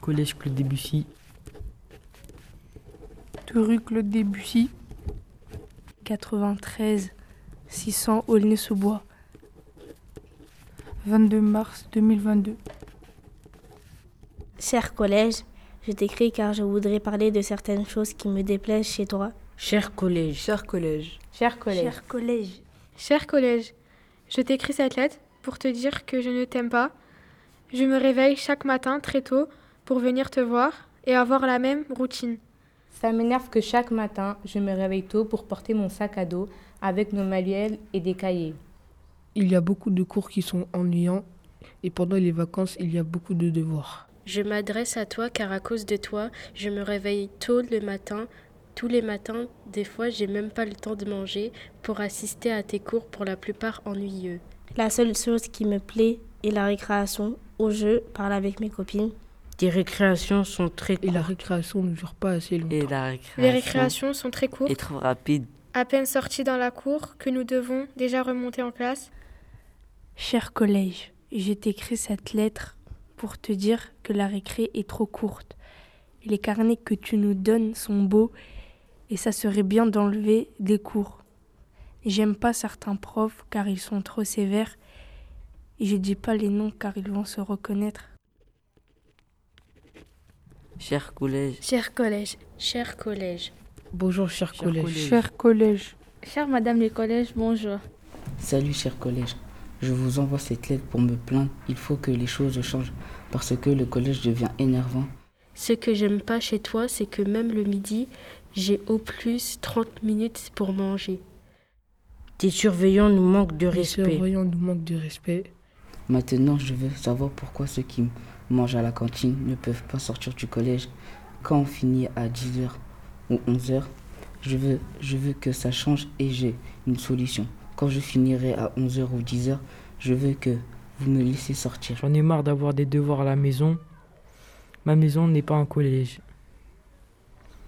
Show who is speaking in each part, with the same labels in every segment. Speaker 1: Collège Claude Debussy,
Speaker 2: de rue Claude Debussy, 93 600 Aulnay-sous-Bois,
Speaker 3: 22 mars 2022.
Speaker 4: Cher collège, je t'écris car je voudrais parler de certaines choses qui me déplaisent chez toi.
Speaker 5: Cher collège.
Speaker 6: Cher collège.
Speaker 5: Cher collège.
Speaker 4: Cher collège.
Speaker 7: Cher collège, je t'écris cette lettre pour te dire que je ne t'aime pas. Je me réveille chaque matin très tôt pour venir te voir et avoir la même routine.
Speaker 8: Ça m'énerve que chaque matin, je me réveille tôt pour porter mon sac à dos avec nos manuels et des cahiers.
Speaker 9: Il y a beaucoup de cours qui sont ennuyants et pendant les vacances, il y a beaucoup de devoirs.
Speaker 10: Je m'adresse à toi car à cause de toi, je me réveille tôt le matin. Tous les matins, des fois, j'ai même pas le temps de manger pour assister à tes cours pour la plupart ennuyeux.
Speaker 4: La seule chose qui me plaît est la récréation, au jeu, parler avec mes copines.
Speaker 5: Tes récréations sont très courtes.
Speaker 9: Et la récréation ne dure pas assez longtemps.
Speaker 6: Et la
Speaker 1: Ah,
Speaker 6: récréation
Speaker 7: Les récréations sont très courtes.
Speaker 6: est trop rapide.
Speaker 7: À peine sortis dans la cour que nous devons déjà remonter en classe.
Speaker 2: Cher collège, j'ai t'écrit cette lettre pour te dire que la récré est trop courte. Les carnets que tu nous donnes sont beaux et ça serait bien d'enlever des cours. J'aime pas certains profs car ils sont trop sévères et je dis pas les noms car ils vont se reconnaître.
Speaker 6: Cher collège.
Speaker 10: Cher collège. Cher collège.
Speaker 9: Bonjour, cher,
Speaker 1: Cher
Speaker 9: collègue.
Speaker 1: collège.
Speaker 3: Cher collège.
Speaker 11: Chère Madame les collèges, bonjour.
Speaker 12: Salut cher collège, je vous envoie cette lettre pour me plaindre. Il faut que les choses changent parce que le collège devient énervant.
Speaker 10: Ce que j'aime pas chez toi, c'est que même le midi, j'ai au plus 30 minutes pour manger.
Speaker 5: Tes surveillants nous manquent de
Speaker 9: Les
Speaker 5: respect.
Speaker 9: surveillants nous manquent de respect.
Speaker 12: Maintenant, je veux savoir pourquoi ceux qui mangent à la cantine ne peuvent pas sortir du collège quand on finit à 10h ou 11h. Je veux, je veux que ça change et j'ai une solution. Quand je finirai à 11h ou 10h, je veux que vous me laissez sortir.
Speaker 1: J'en ai marre d'avoir des devoirs à la maison. Ma maison n'est pas un collège.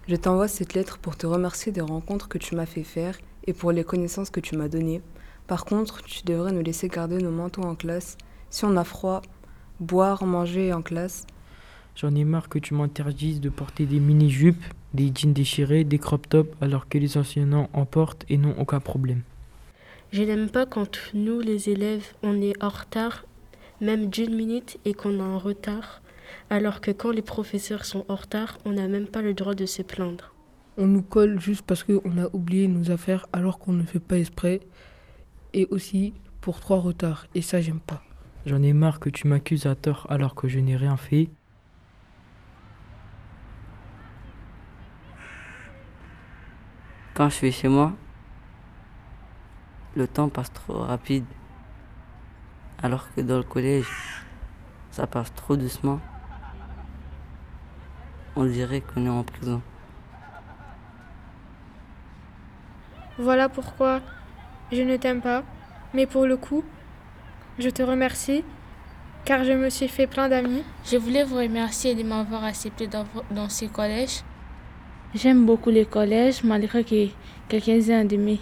Speaker 13: Je t'envoie cette lettre pour te remercier des rencontres que tu m'as fait faire et pour les connaissances que tu m'as données. Par contre, tu devrais nous laisser garder nos manteaux en classe. Si on a froid, boire, manger en classe.
Speaker 1: J'en ai marre que tu m'interdises de porter des mini-jupes, des jeans déchirés, des crop tops alors que les enseignants en portent et n'ont aucun problème.
Speaker 10: Je n'aime pas quand nous, les élèves, on est en retard, même d'une minute, et qu'on a un retard, alors que quand les professeurs sont en retard, on n'a même pas le droit de se plaindre.
Speaker 9: On nous colle juste parce qu'on a oublié nos affaires alors qu'on ne fait pas exprès. Et aussi pour trois retards. Et ça, j'aime pas.
Speaker 1: J'en ai marre que tu m'accuses à tort alors que je n'ai rien fait.
Speaker 6: Quand je suis chez moi, le temps passe trop rapide. Alors que dans le collège, ça passe trop doucement. On dirait qu'on est en prison.
Speaker 7: Voilà pourquoi je ne t'aime pas, mais pour le coup, je te remercie car je me suis fait plein d'amis.
Speaker 14: Je voulais vous remercier de m'avoir accepté dans, vo- dans ce collège.
Speaker 11: J'aime beaucoup les collèges malgré que quelques-uns de mes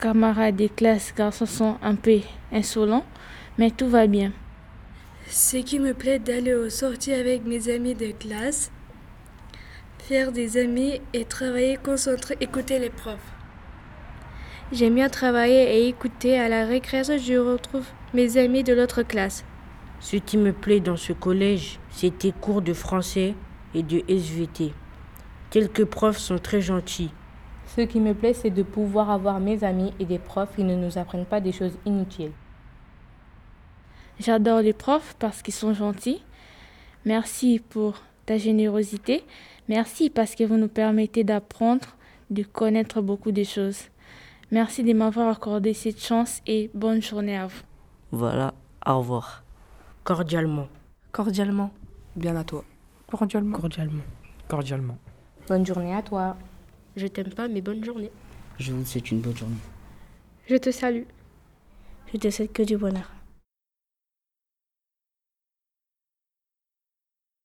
Speaker 11: camarades de classe garçons sont un peu insolents, mais tout va bien.
Speaker 15: Ce qui me plaît d'aller aux sorties avec mes amis de classe, faire des amis et travailler concentré, écouter les profs.
Speaker 16: J'aime bien travailler et écouter. À la récréation, je retrouve mes amis de l'autre classe.
Speaker 5: Ce qui me plaît dans ce collège, c'est tes cours de français et de SVT. Quelques profs sont très gentils.
Speaker 8: Ce qui me plaît, c'est de pouvoir avoir mes amis et des profs qui ne nous apprennent pas des choses inutiles.
Speaker 11: J'adore les profs parce qu'ils sont gentils. Merci pour ta générosité. Merci parce que vous nous permettez d'apprendre, de connaître beaucoup de choses. Merci de m'avoir accordé cette chance et bonne journée à vous.
Speaker 6: Voilà, au revoir.
Speaker 5: Cordialement.
Speaker 2: Cordialement,
Speaker 13: Bien à toi.
Speaker 2: cordialement,
Speaker 9: Cordialement.
Speaker 1: Cordialement.
Speaker 8: Bonne journée à toi.
Speaker 10: Je t'aime pas, mais bonne journée.
Speaker 12: Je vous souhaite une bonne journée.
Speaker 7: Je te salue.
Speaker 4: Je te souhaite que du bonheur.